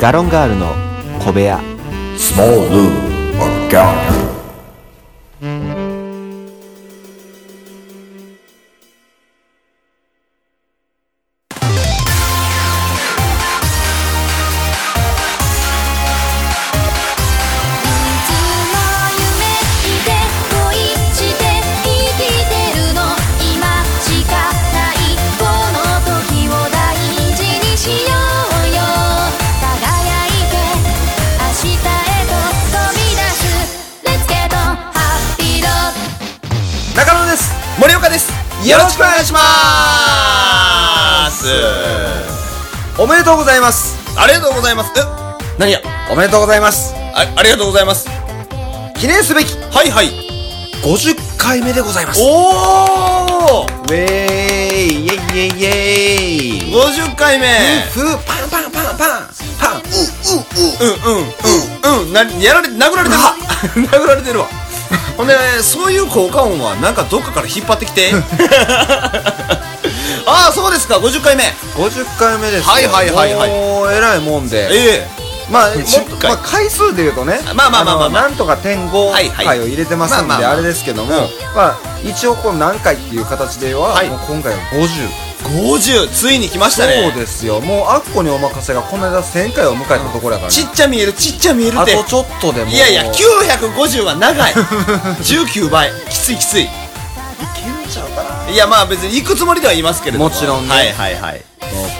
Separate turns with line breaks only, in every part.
ガロンガールの小部屋
Small Lou O'Gallagher.
いつも夢見て恋して生きてるの今しかないこの時を大事にしようよ輝いて明日へと飛び出す Let's get on happy road
中野です
森岡です
よろしくお願いしま
あ
すおめでとうございます
ありがとうございますえ何や
おめでとうございます
あありがとうございますは
記念すべき
いはい
50回目でございます
おお
ウェーイイェイイェイイェイ
50回目
ふーパンパンパンパンパン
うんうんうんうんなやられ殴られてるわ 殴られてるわほんでそういう効果音はなんかどっかから引っ張ってき てああそうですか50回目
50回目ですよ
はいはいはいはい
もうえらいもんで
え
まあもっと
10回
まあ回数でいうとね
まあまあまあまあ
のなんとか点
はいは
5
い
回を入れてますんで
まあまあまあ
あれですけども
うん
まあ一応こう何回っていう形では
はい
もう今回は50
え50ついに来ましたね
そうですよもうあっこにお任せがこの間1000回を迎えたところやから
ち
ね
っちゃ見えるちっちゃ見える
あ
って
とちょっとでもう
いやいや950は長い19倍きついきついいやまあ別に行くつもりではいますけれども
もちろんね
はいはいはい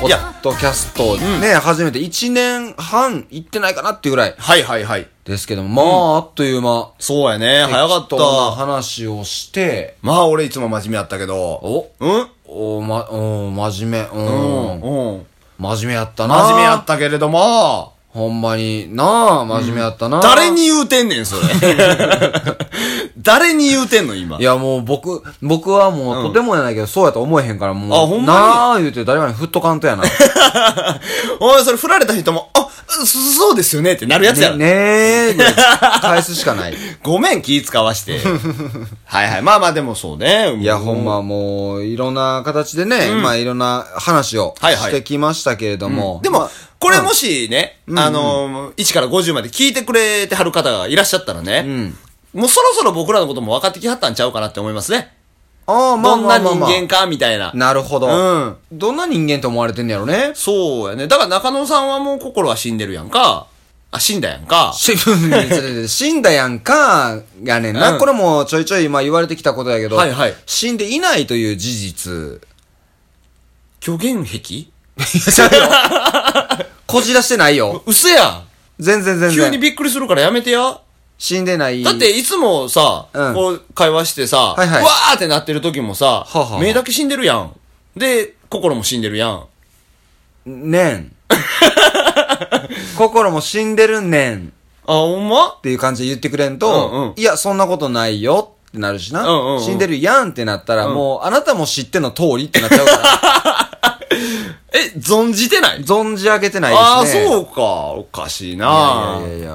ポ
いや
ッドキャストね初めて1年半行ってないかなっていうぐらい
はいはいはい
ですけどもまああっという間
そうやね早かっ
適当な
た
話をして
まあ俺いつも真面目やったけどうん
おま、お真面目、
う
うん、
んうん
真面目やったな。
真面目やったけれども
ほんまになあ、真面目やったな。
誰に言うてんねんそ れ誰に言うてんの今
いやもう僕、僕はもうとてもやないけど、そうやと思えへんから、もう。
あほんまに
なあ言うて誰かにフットカウント やな。
おいそれ振られた人もあそそうですよねってなるやつやろ
ねねえ、で返すしか ない。い
ごめん気使わしてはいはいまあまあでもそうねい
やほんまもう、いろんな形でね、まあいろんな話を
はいはい
してきましたけれども。
でも、これもしね、あのー、1から50まで聞いてくれてはる方がいらっしゃったらね、もうそろそろ僕らのことも分かってきはったんちゃうかなって思いますね。
ああ、まあ
どん
ま
な
あまあ、
人
まあ、
間か、みたいな。
なるほど。
うん
どんな人間って思われてんねやろね。
そうやね。だから中野さんはもう心は死んでるやんか。あ、死んだやんか。
し死んだやんか、やねんな。
うん
これもちょいちょい今言われてきたことやけど、
はいはい
死んでいないという事実。
虚言癖
こじらしてないよ。
嘘や
全然全
ん急に
然。
びっくりするからやめてや。
死んでない。
だっていつもさ、
うん
こう会話してさ、
はいはいう
わーってなってる時もさ、
はは
目だけ死んでるやん。で、心も死んでるやん。
ね ん。心も死んでるねん。
あ、ほんま
っていう感じで言ってくれんと、
うんうん
いや、そんなことないよってなるし
うん
な。
うんうん
死んでるやんってなったら、もう、あなたも知っての通りってなっちゃ うから、
え、存じてない
存じ上げてない
ああ、
ですね。
そうか。おかしい
い
な。
やいやいやいや、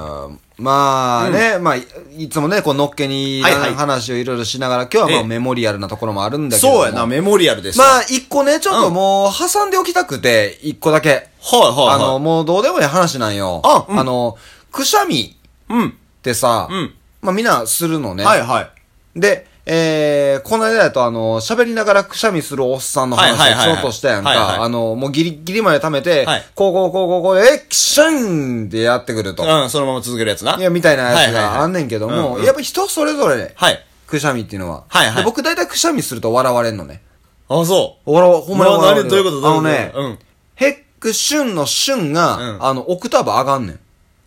まあね、まあ、いいつもね、こう、のっけに
はいはい
話をいろいろしながら、今日はま
え
あ
え
メモリアルなところもあるんだけども。
そうやな、メモリアルです。
ま
は
あ、一個ね、ちょっともう、挟んでおきたくて、一個だけ。
いはい
あ
は
の、もうどうでもいい話なんよ。
あうん
の、くしゃみ
い。うん。
ってさ、
うん
まあみんなするのね。
はいはい。
で、えー、この間だとあの、喋りながらくしゃみするおっさんの話
はいはいはい
をちょ
はい
っとしたやん
はいはい
か。あの、もうギリギリまで溜めて、
はい
こうこうこうこうこう、エクションってやってくると。
うん、そのまま続けるやつな。
いや、みたいなやつ
はいはいはい
があんねんけど
うん
も、
うん
やっぱ人それぞれ、
はい。
くしゃみっていうのは。
はいはい
で僕大体くしゃみすると笑われんのね。
あ、そう。
笑わ、ほんまに
な
笑われ
何
る。
どういうことど
あ
ういう
の
ことう
ね、
ん
ヘックシュンのシュンが、
うん
あの、オクターブ上がんねん。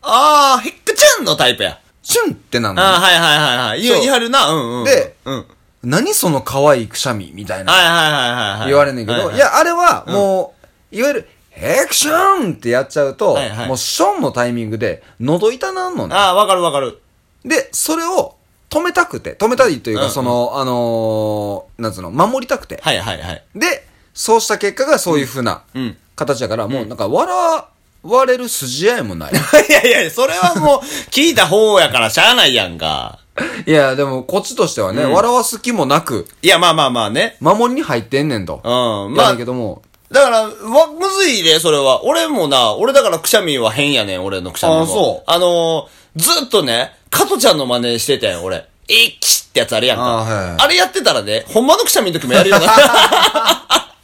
ああ、ヘックチュンのタイプや。
シュンってなんの
ああ、
ね。
はいはいはいはい。言
そう
いはるな。うんうん。
で
うん。はい
何その可愛いくしゃみみたいな。
はいはいはいはい。
言われんねんけど、い、や、あれは、もう、いわゆる、ヘクションってやっちゃうと、
はいはい
もうションのタイミングで、喉痛なんのね。
ああ、わかるわかる。
で、それを止めたくて、止めたいというか、
うん
その、あのーなんつうの、守りたくて。
はいはいはい。
で、そうした結果がそういう風な
うんうん
形だから、もうなんか笑われる筋合いも ない。
いやいやいや、それはもう、聞いた方やからしゃあないやんか。
いや、でもこっちとしてはね、笑わす気もなく、
いや、まあまあまあね。
守りに入ってんねんと。
うん、
ま
ま
あ。
あ
だけ、ども、
だから、わ、むずいで、それは。俺もな、俺だからくしゃみは変やねん、俺のくしゃみも。
あそう
あのーずっとね、加トちゃんの真似してたやん、俺。いっきしってやつあれやんか。
あ
あ,、
はい
れやってたらね、ほんまのくしゃみの時もやるよな。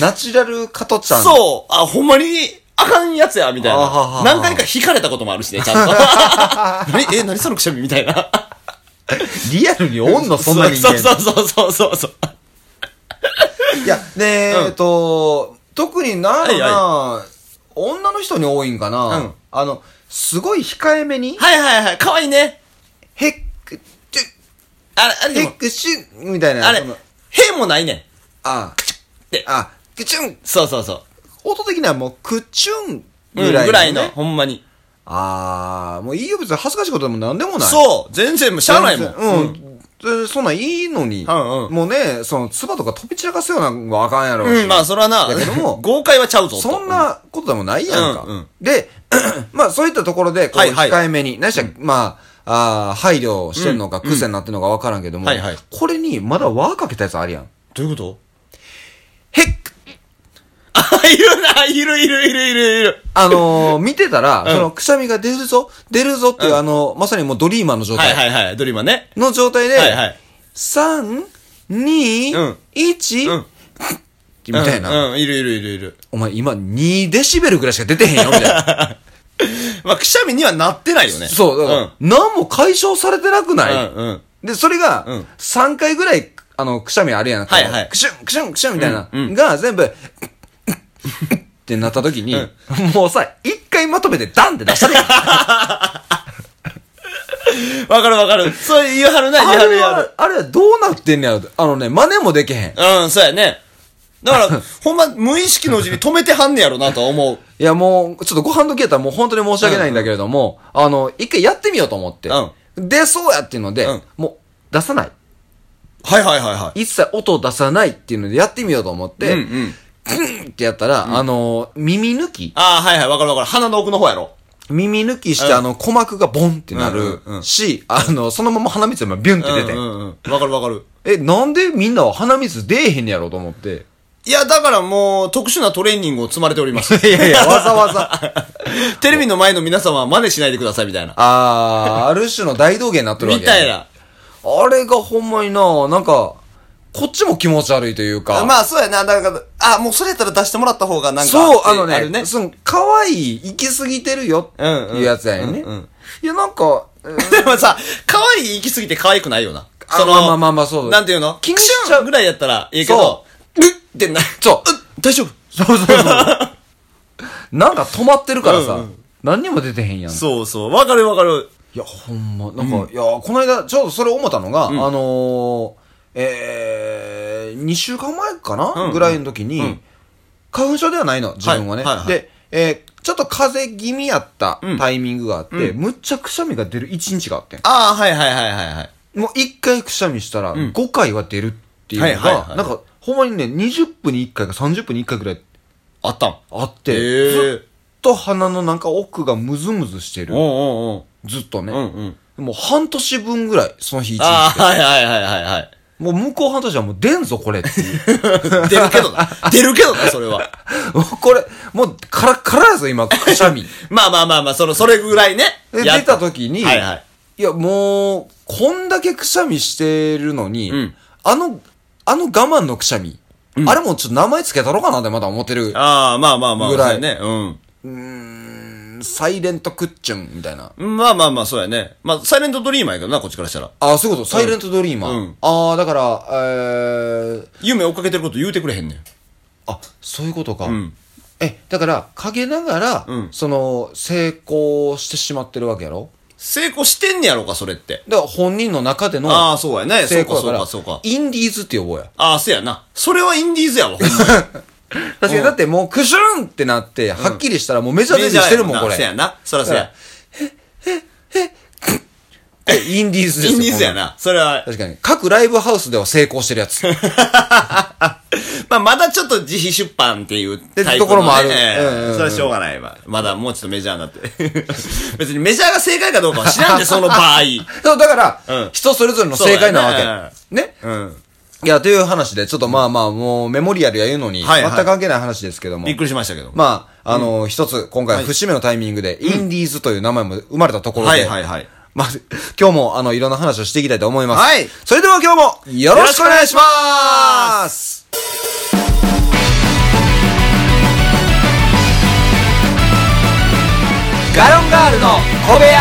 ナチュラル加トちゃん。う。
そう、あ、ほんまに、あかんやつや、みたい
あはは
な。
は
何回か引かれたこともあるしね、ちゃん と。何え、何そのくしゃみみたいな。
リアルにおんの、そんな人
そう
間。
そうそうそうそうそう。
いや、で、
うん
えっと、特になんやろな、女の人に多いんかな、
うん
あの、すごい控えめに、
はいはいはい、かわいいね。
ヘック、チ
あれ、あれ
ュ、
で
ヘ
も
ッ、クシュンみたいな。
あれ
その、
へもないねん。
あ、クチュ
て
あ、クチュン
そうそうそう。
音的にはもう、クチュン
うん
ぐらい、ね
ぐらいの、ほんまに。
あー、もういいよ、別に恥ずかしいことでもなんでもない。う。
そう全然もうしゃあないもん。
うん。でそんなんいいのに、
うんうん
もうね、その、唾とか飛び散らかすようなんはあかんやろうし
うん、まあそれはな
だけど、も、
豪快はちゃうぞと。
そんなことでもないやんか。
うんうん
で、 まあそういったところで、こう、
はいはい
控えめに、何しろまあ、あー配慮してんのか、癖になってんのか分からんけども、
はいはい
これにまだ輪かけたやつあるやん。
どういうこと
へっく
あ、いるな、いるいるいるいるいる。
あのー、見てたら、
ん
そのくしゃみが出るぞ、出るぞっていう、あの、まさにもうドリーマーの状
は
態。
いはいはい、ドリーマーね。
の状態で、
はいはい。
3、
う
2
ん、
1、
うん
みたいな、
うん、うん、いるいるいるいる。
お前今2デシベルぐらいしか出てへんよ、みたいな。
まあ、くしゃみにはなってないよ ね。
そう、だから、何も解消されてなくない、
うん、うん、うん。
で、それ
う
が
ん、
3回ぐらい、あの、くしゃみあるやん。
はいはい
くしゅん、くしゅん、くしゅんみたいな。
うんう
が、全部、ってなった時に、
うん
もうさ、一回まとめてダンって 出したるやん。
わかるわかる。そう言いはるな、言い
あ
はる
れ
言いはる
は、あれはどうなってんねやろ。あのね、真似もできへん。い。
うん、そうやね。だ から、ほんま、無意識のうちに止めてはんねやろなとは思う。
や、もう、ちょっとご飯時やったらもう本当に申し訳ないんだけれども、あの、一回やってみようと思って、出そうやっていうので、
うん
もう、出さない。
はいはいはいはい。
一切音を出さないっていうのでやってみようと思って、
うんうん。
ってやったら、あの、耳抜き
ああ、はいはい、わかるわかる。鼻の奥の方やろ。
耳抜きして、
うん
あの、鼓膜がボンってなる
うんうんうん
し、あの、そのまま鼻水もビュンって出て
う。んうんうん。わかるわかる。
え、なんでみんなは鼻水出えへんやろうと思って。
いや、だからもう、特殊なトレーニングを積まれており ます。
いやいや、 わざわざ。
テレビの前の皆様は真似しないでください、みたいな。
あー、ある種の大道芸になってるわけ。
みたい。な。
あれがほんまにな、なんか、こっちも気持ち悪いというか。
まあ、そうやな。だから、あ、もうそれやったら出してもらった方がなんか。
そう、あの
あ
ね、
るね。
その、可愛い、行き過ぎてるよっていうやつやね。
うんうんうんうん
いや、 なんか、う ん
でもさ、可愛い行き過ぎて可愛くないよな。
あまあまあまあまあそうだ
なんていうの
気にしちゃう
クシュンぐらいやったらいいけど
そ、
うっってな、、
そう
大丈夫
そうそうそう。 なんか止まってるからさ、
うんう
何にも出てへんやん。
そうそう。わかるわかる。
いや、ほんま、なんか、いや、この間、ちょうどそれ思ったのが、あのー、えー、2週間前かな、
うん
ぐらいの時に、
うん
花粉症ではないの、自分はね。
はいはいはい
で、えー、ちょっと風邪気味やった
うん
タイミングがあって、
う
むっちゃくしゃみが出る1日があってん
ああ、はいはいはいはいはい。
もう1回くしゃみしたら、
ん
5回は出るっていうのが、
はいはいはい
なんか、ほんまにね、20分に1回か30分に1回ぐらい
あったん。
あって、ず
ええ。
っと鼻のなんか奥がムズムズして
うん
る。
うんうん。
ずっとね。
うんうん。
もう半年分ぐらい、その日一日。
ああ、はいはいはいはいはい。
もう向こう半年はもう出んぞ、これっていう。
出るけどな。出るけどな、それは。
もうこれ、もうカラッカラやぞ、今、くし ゃみ。
まあまあまあまあ、その、それぐらいね。
で、
やっ
出た時に、
はいはい。
や、もう、こんだけくしゃみしてるのに、
うん
あの、あの我慢のくしゃみ、
うん
あれもちょっと名前つけたろかなってまだ思ってる。
ああ、まあまあまあ、
ぐらい
そうやね。うん。
サイレントクッチュンみたいな。
まあまあまあ、そうやね。まあ、サイレントドリーマーやけどな、こっちからしたら。
ああ、そういうこと、サイレントドリーマー。
うん
ああ、だから、えー、
夢追っかけてること言うてくれへんねん。
あ、そういうことか。
うん
え、だから、陰ながら、
うん
その、成功してしまってるわけやろ
成功してんねやろか、それって。
だから本人の中での
ああ、そうやね。そ
成
うか、そう
功だか、、
からそうか。
インディーズって呼ぼうや。
ああ、せやな。それはインディーズやわ、 ほんまに
確かに、だってもう、クシュンってなって、はっきりしたらもうメジャーデビューしてるもん、これ。
せやな。そらせや。
えインディーズです
イ
よ
ンディーズや。な。それは
こん。ん確かに。各ライブハウスでは成功してるやつ。
まあ、まだちょっと自費出版っていうタイプの、ね。
ところもある
ええ
うんうんうん
それはしょうがないわ。まだもうちょっとメジャーになって。 別にメジャーが正解かどう かは知らんで、その場合。
そう、だから、
うん
人それぞれの正解なわけ。
そうだよ
ね、
うん。
いや、という話で、ちょっとまあまあ、もうメモリアルや言うのに、
はいはい
全く関係ない話ですけども。
びっくりしましたけども。
まあ、あの、一つ、今
は
回、
い
節目のタイミングで、インディーズという名前も生まれたところで、
はいはいはい。
まあ、今日も、あの、いろんな話をしていきたいと思います。
はい
それでは今日も、よろしくお願いしますガロンガールの小部屋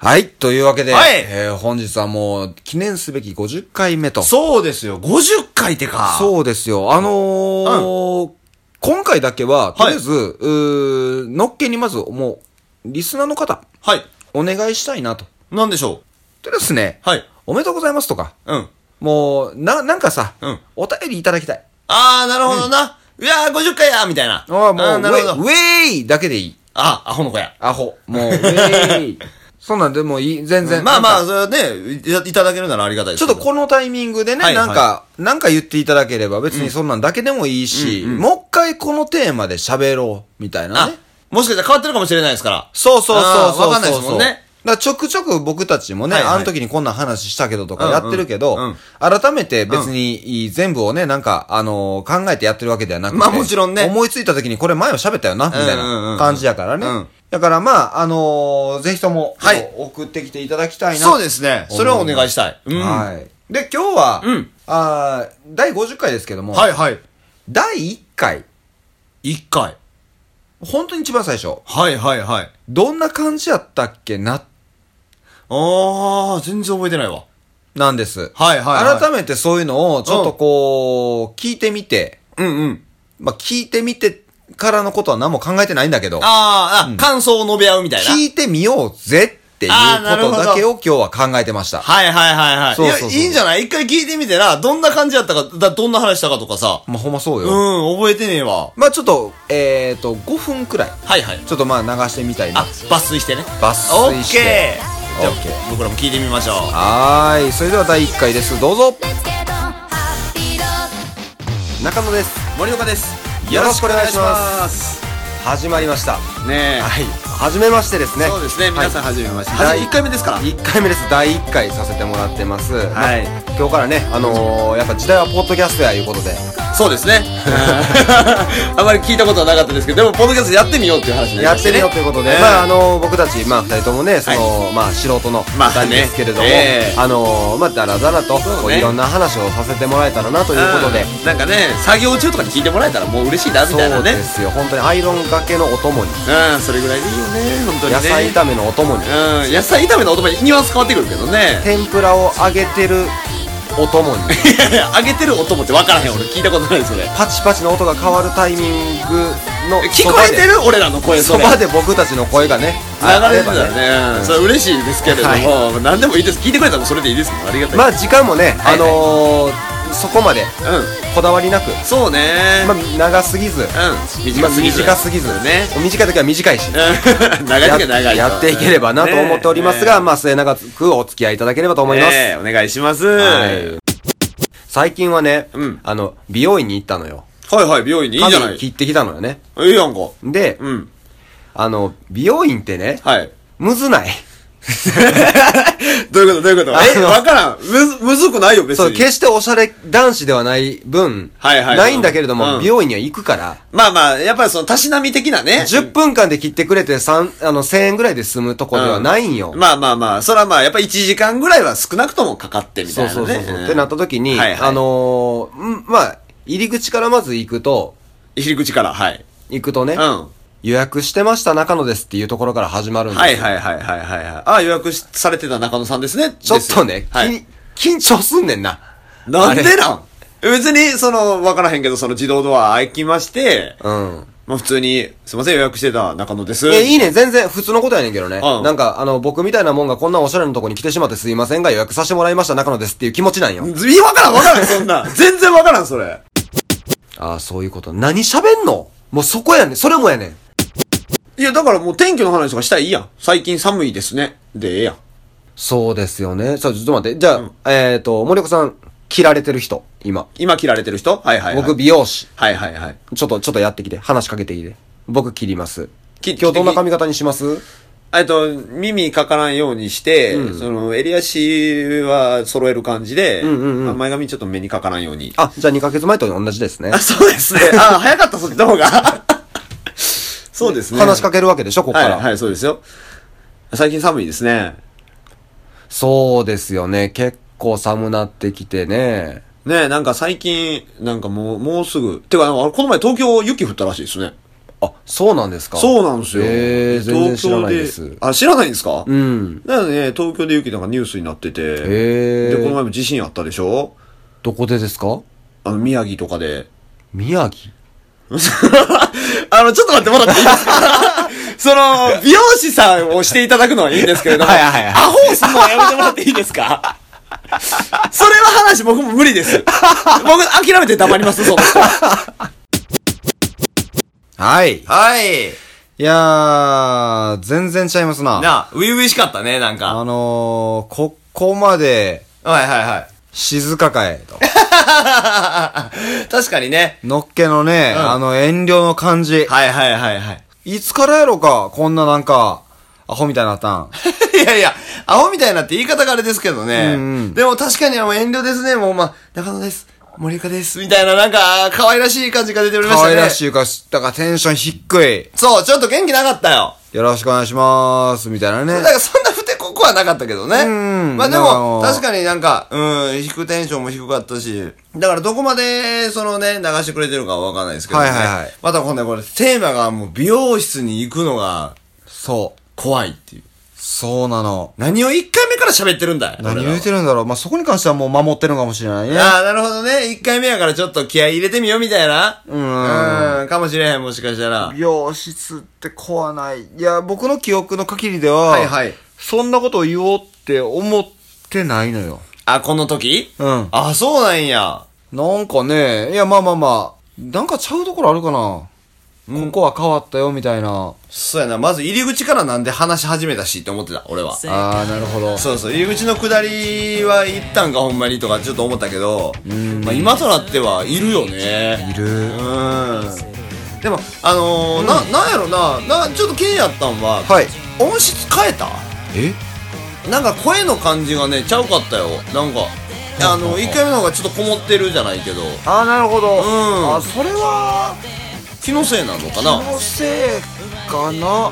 はい。というわけで、
はい
えー本日はもう、記念すべき50回目と。
そうですよ。50回ってか。
そうですよ。あのー今回だけは、とりあえず、うーのっけにまず、もう、リスナーの方、
はい。
お願いしたいなと。
なんでしょ
とりあえずね、
う。はい。
おめでとうございますとか、
うん。
もう、な、なんかさ、
うん
お便りいただきたい。
あー、なるほどな。いやー、50回やみたいな。
ああ、もう、ウ
なるほ
ェ
ど。
イウェイだけでいい。
あ、アホの子や。
アホ。 もう、ウェイ。そんなんでもいい。全然。
まあま
な
あ、
んか
それはね、いいただけるならありがたいです
ちょ
け
っ
ど。
とこのタイミングでね、
はい
なんか、なんか言っていただければ別にそんなんだけでもいいし、もう一回このテーマで喋ろう、みたいな
あ
ね。、
もしかしたら変わってるかもしれないですから。
そうそうそう
あー
そうそう。
わかんないですもんね。
だからちょくちょく僕たちもね、
はいはい
あの時にこんな話したけどとかやってるけど、
うんうんうん
改めて別に全部をね、なんか、あのー考えてやってるわけではなくて。
まあもちろんね
思いついた時にこれ前も喋ったよな、みたい
うんうんう
なん感じやからね。
うん
だからまあ、あのーぜひとも、
はい
送ってきていただきたいな。
そうですね。それはお願いしたい。うん。は
はい。で、今日は、
うん
あー第50回ですけども、
いはい。
第1回、
一回。
本当に一番最初、
はいはいはい。
どんな感じやったっけな、
あー、全然覚えてないわ。
なんです。
はいはいはい。
改
め
めてそういうのをちょっとこう、聞いてみて、
うんうん。
まあ、聞いてみてからのことは何も考えてないんだけど、
あー、あ、感想を述べ合うみたいな。
聞いてみようぜっていう
あーなる
こ
ほ
と
ど
だけを今日は考えてました。
はいはいはいはい。
そうそうそう
いや、いいんじゃない一回聞いてみてな、どんな感じやったか、だどんな話したかとかさ。
まあ、ほんまそう
う
よ。
ん、覚えてねえわ。
まあ、ちょっと、えっ、ー、と、5分くらい、
はいはい。
ちょっとまあ流してみたいな
あ。、抜粋してね。
抜粋して
オッケー。じゃあ
オッケ、
僕らも聞いてみましょう。
はーい。それでは第1回です。どうぞ。
Let's get on Happy Road
中野です。
森岡です
よろしくお願いします始まりました。
ねえ、
はい。はじめましてですね。
そうですね皆さんはじめまして、
は
はい1回目ですから
1回目です。第1回させてもらってます。
はい
まあ今日からね、あのーやっぱ時代はポッドキャストやいうことで、
そうですねあまり聞いたことはなかったですけどでもポッドキャストやってみようっていう話にな
や
りま
っ
してて
み
ね
ようということで、
ええ
まああの僕たち、まあ、2人ともねその、まあ、素人の
まあ
2人ですけれども、
ねええ
あのまあだらだらとこう
ね
いろんな話をさせてもらえたらなということで、
うんなんかね作業中とかに聞いてもらえたらもう嬉しいなみ
そう
たいなね
ですよ本当にアイロンがけのお供に
うんそれぐらいでいいよね本当にね
野菜炒めのお供に
うん野菜炒めの言葉にニュアンス変わってくるけどね
天ぷらを揚げてるお供に
揚げてる音もって分からへん俺聞いたことないそれ
パチパチの音が変わるタイミングの
聞こえてる俺らの声
そ
それ
ばで僕たちの声がね
流れてた
あれば
らね、それ嬉しいですけれども、何でもいいです聞いてくれたらそれでいいですもんありがたい、
まあ時間もね、
はいはい
あのーそこまで
う
こだわりなく、
んそうね、
まあ、長すぎず、
うん
ま
短
あ
すぎず、
短すぎず
ね
短い時は短いし
うん 長い時は長い
ややっていければなと思っておりますが、
ね
まあ末永くお付き合いいただければと思います、
ねお願いします、
はい最近はね、
うん
あの美容院に行ったのよ
はいはい美容院にいいじゃない
髪切ってきたのよね
いいやんか
で、
うん
あの美容院ってね、
はい
むずない
どういうことどういうこと
あ
え
の
わからんむずむずくないよ別
そう
に
決しておしゃれ男子ではない分、
はいはい
ないんだけれども、
うん
美容院には行くから
まあまあやっぱりそのたしなみ的なね
10分間で切ってくれて三あの1000円ぐらいで済むとこではないんよ、
まあまあまあそれはまあやっぱり1時間ぐらいは少なくともかかってみた
そ
いうなね
そうそうそう。
ん
ってなった時に、
はいはい
あのーうんまあ、入り口からまず行くと、
入り口からはい
行くとね、
うん
予約してました中野ですっていうところから始まるんです
はい
い。
はいはいはいはいはい。あ、予約しされてた中野さんですね。
ちょっとね、
はい
緊緊張すんねんな。
なんでな
あ
ん別に、その、わからへんけど、その自動ドア開きまして、
れうん。
まあ普通に、すいません、予約してた中野です。
え、いいね。全然普通のことやねんけどね。
うん
なんか、あの、僕みたいなもんがこんなおしゃれなとこに来てしまってすいませんが予約させてもらいました中野ですっていう気持ちなんよ。
いやわからんわからん、そんな。全然わからん、それ。
ああ、そういうこと。何喋んのもうそこやねん。それもやねん。
いや、だからもう天気の話とかしたらいいやん。最近寒いですね。で、ええやん。
そうですよね。そう、ちょっと待って。じゃあ、えっ、と、森岡さん、切られてる人、今。
今切られてる人はいはいはい。
僕、美容師。
はいはいはい。
ちょっと、ちょっとやってきて。話しかけていいで。僕切ります。
き
今日どんな髪型にします
えっと、耳かからんようにして、その、襟足は揃える感じで、まあ前髪ちょっと目にかからんように。
あ、じゃあ2ヶ月前と同じですね
あ、。そうですね。あ、早かった、そっちの方が。 そうですね。
話しかけるわけでしょ、ここか
はい、
ら。
はい、そうですよ。最近寒いですね。
そうですよね。結構寒なってきてね。
ねえ、なんか最近、なんかもう、もうすぐ。てか、あのこの前東京雪降ったらしいですね。
あ、そうなんですか
そうなんですよ。
えー、全然知らないです
東京。あ、知らないんですか
うん。
だからね、東京で雪なんかニュースになってて。
へ
で、
ー
この前も地震あったでしょ
どこでですか
あの、宮城とかで。
宮城
あの、ちょっと待って、もら っていいですかその、美容師さんをしていただくのはいいんですけれども、
はいはいは
ア
い
ホをするのはやめてもらっていいですかそれは話僕も無理です。僕諦めて黙ります、そう。
はい。
はい。
いやー、全然ちゃいますな。
なあ、初々しかったね、なんか。
あのー、ここまで、
はいはいはい。
静かかい と。
確かにね。
のっけのね、
うん
あの、遠慮の感じ。
はいはいはいはい。
いつからやろか、こんななんか、アホみたいになった ん。
いやいや、アホみたいなって言い方があれですけどね。
うんうん
でも確かにあの遠慮ですね。もうまあ、中野です。森岡です。みたいな、なんか、可愛らしい感じが出ておりまし
可
たね。
愛らしいか、だからテンション低い。
そう、ちょっと元気なかったよ。
よろしくお願いします、みたいなね
だか。らそんなふてこくはなかったけどね。
うん
まあで
だからも
も
う、
確かになんか、うん、低テンションも低かったし、だからどこまで、そのね、流してくれてるかはわかんないですけどね。
はいはいはい
また今度これ、テーマがもう美容室に行くのが
そう。
怖いっていう。
そうなの。
何を一回目から喋ってるんだい
何
俺ら
言
は
うてるんだろう。まあ、そこに関してはもう守ってるのかもしれないね。
ああ、なるほどね。一回目やからちょっと気合い入れてみようみたいな。
うん
うん。かもしれへん、もしかしたら。
病室って怖ない。いや、僕の記憶の限りでは、
はいはい
そんなことを言おうって思ってないのよ。
あ、この時
うん
あ、そうなんや。
なんかね、いや、まあまあまあ、なんかちゃうところあるかな。ここは変わったよ、みたいな。
そうやな。まず入り口からなんで話し始めたしって思ってた、俺は。
ああ、なるほど。
そうそう、入り口の下りは行ったんか、ほんまにとかちょっと思ったけど、まあ、今となってはいるよね。
いる。
うん。でも、あのーな、なんやろな、な、ちょっと気になったんは、
はい。
音質変えた
え
なんか声の感じがね、ちゃうかったよ。なんか、あの、一回目の方がちょっとこもってるじゃないけど、
ああ、なるほど。うんあ、それは、
気のせいなのかな
気のせいかな。
あ、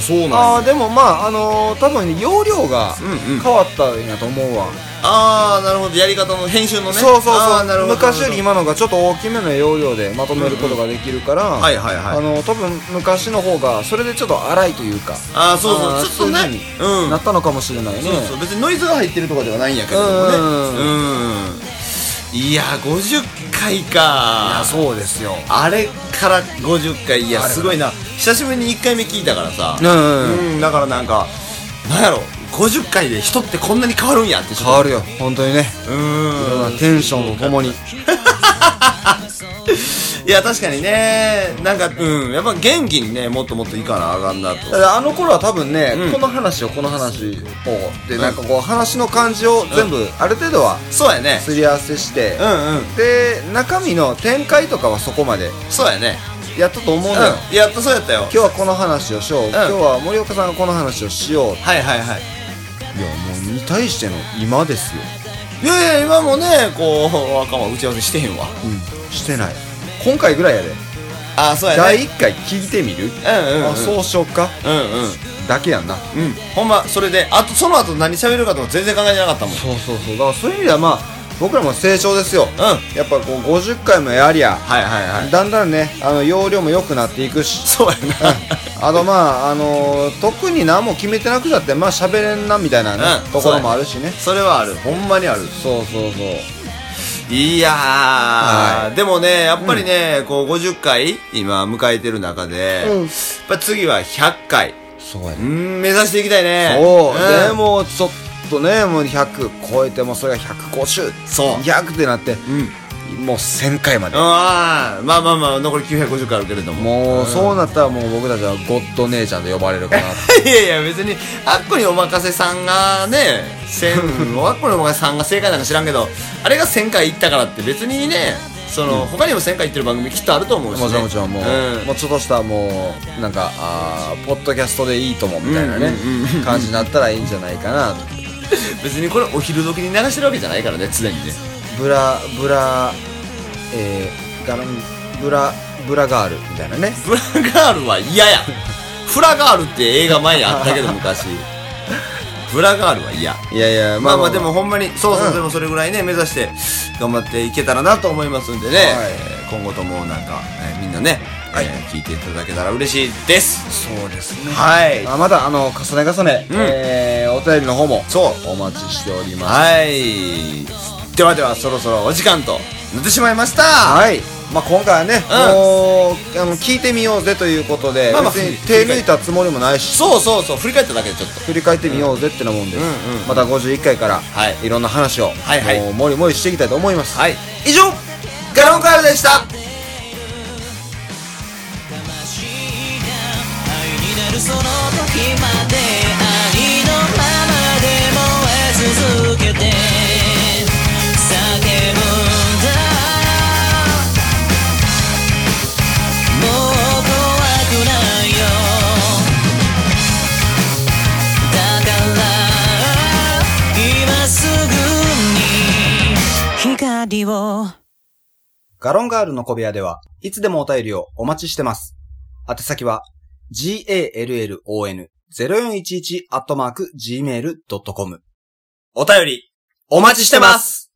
そう
あ
な
あ、
ん
でもまあ、あのー多分ね、容量が
うんうん
変わったんやと思うわ。
あー、なるほど。やり方の編集のね。
そうそう
あー
そ
なる
う
ほど。
昔より今のがちょっと大きめの容量でまとめることができるから、
んはいはいはい
あの多分昔の方がそれでちょっと荒いというか
あー、そう
あー
そう。ちょっとね。
そういう風になったのかもしれないね
そうそう別にノイズが入ってるとかではないんやけどもね
うん
うんいや50回か
そうですよ
あれから50回いやすごいな久しぶりに1回目聞いたからさ
うんうんうん
うんだからなんかなんやろ50回で人ってこんなに変わるんやって
変わ
る
るよ本当にね
うん
テンションとともに
いや確かにねなんかうんやっぱ元気にねもっともっといかなあかんなと
だからあの頃は多分ね、
うん
この話をこの話をでなんかこう話の感じを全部ある程度は
そうやね
すり合わせして
う、んうん
で中身の展開とかはそこまで
そうやね
やったと思うのよ、
うんやっとそうやったよ
今日はこの話をしよう、今日は森岡さんがこの話をしよ
は
う
いはいはい
いやもうに対しての今ですよ、
いやいや今もねこうあかんわ打ち合わせしてへんわ
うん、してない今回ぐらいやで、
あそうやね
第1回聞いてみる、
うんうん、うん、
あそうしようか
うんうん
だけやんな
うんほんまそれであとその後何喋るかとも全然考えてなかったもん
そうそうそうだからそういう意味ではまあ僕らも成長ですよ、
うん
やっぱこう50回もやりゃ、
はいはいはい
だんだんねあの容量も良くなっていくし
そうや
あとまああのー特に何も決めてなくたってまあ喋れんなみたいな、ね
うん
ところもあるしね
なそれはあるほんまにある
そうそうそう
いやー、
は
でもねやっぱりね、こう50回今迎えてる中で、やっぱ次は100回
そうやね
うん目指していきたいね
そう、
ん
でもちょっとねもう100超えてもそれが150
そう
200ってなって
うん
もう1000回まで
あーまあまあまあ残り950回あるけれども
もうそうなったらもう僕たちはゴッド姉ちゃんで呼ばれるかな っ て
いやいや別にあっこにお任せさんがね1000あっこにお任せさんが正解なんか知らんけどあれが1000回いったからって別にねその、他にも1000回行ってる番組きっとあると思うし、ね。
もちろんもちろんもう、
うん
もうちょっとしたもうなんかあーポッドキャストでいいともみたいなね、感じになったらいいんじゃないかな
別にこれお昼時に流してるわけじゃないからね、常にね。
ブラブラえー、ガランブラブラガールみたいなね
ブラガールは嫌や。フラガールって映画前にあったけど、昔。ブラガールは嫌。
いやいや
まあまあでもほんまに、そうそう、でもそれぐらいね、目指して頑張っていけたらなと思いますんでね、えー今後ともなんか、えーみんなね、えー聞いていただけたら嬉しいです。
そうですね
はい。
あまだあの重ね重ね、えーお便りの方もそうお待ちしております
はい。ではではそろそろお時間となってしまいました。
はいまあ、今回はね、
う
もうあの聞いてみようぜということで、
まあまあ
別に手抜いたつもりもないし
そうそうそう、振り返っただけでちょっと。
振り返ってみようぜってなもんで、また51回から、
はい
い、ろんな話を、
はいはい
もうもりもりしていきたいと思います、
はい。
以上
ガロンカールでした
その時まで愛のままで燃え続けて叫ぶんだもう怖くないよだから今すぐに光を
ガロンガールの小部屋では、いつでもお便りをお待ちしてます。宛先は、gallon0411-gmail.com。
お便り、お待ちしてます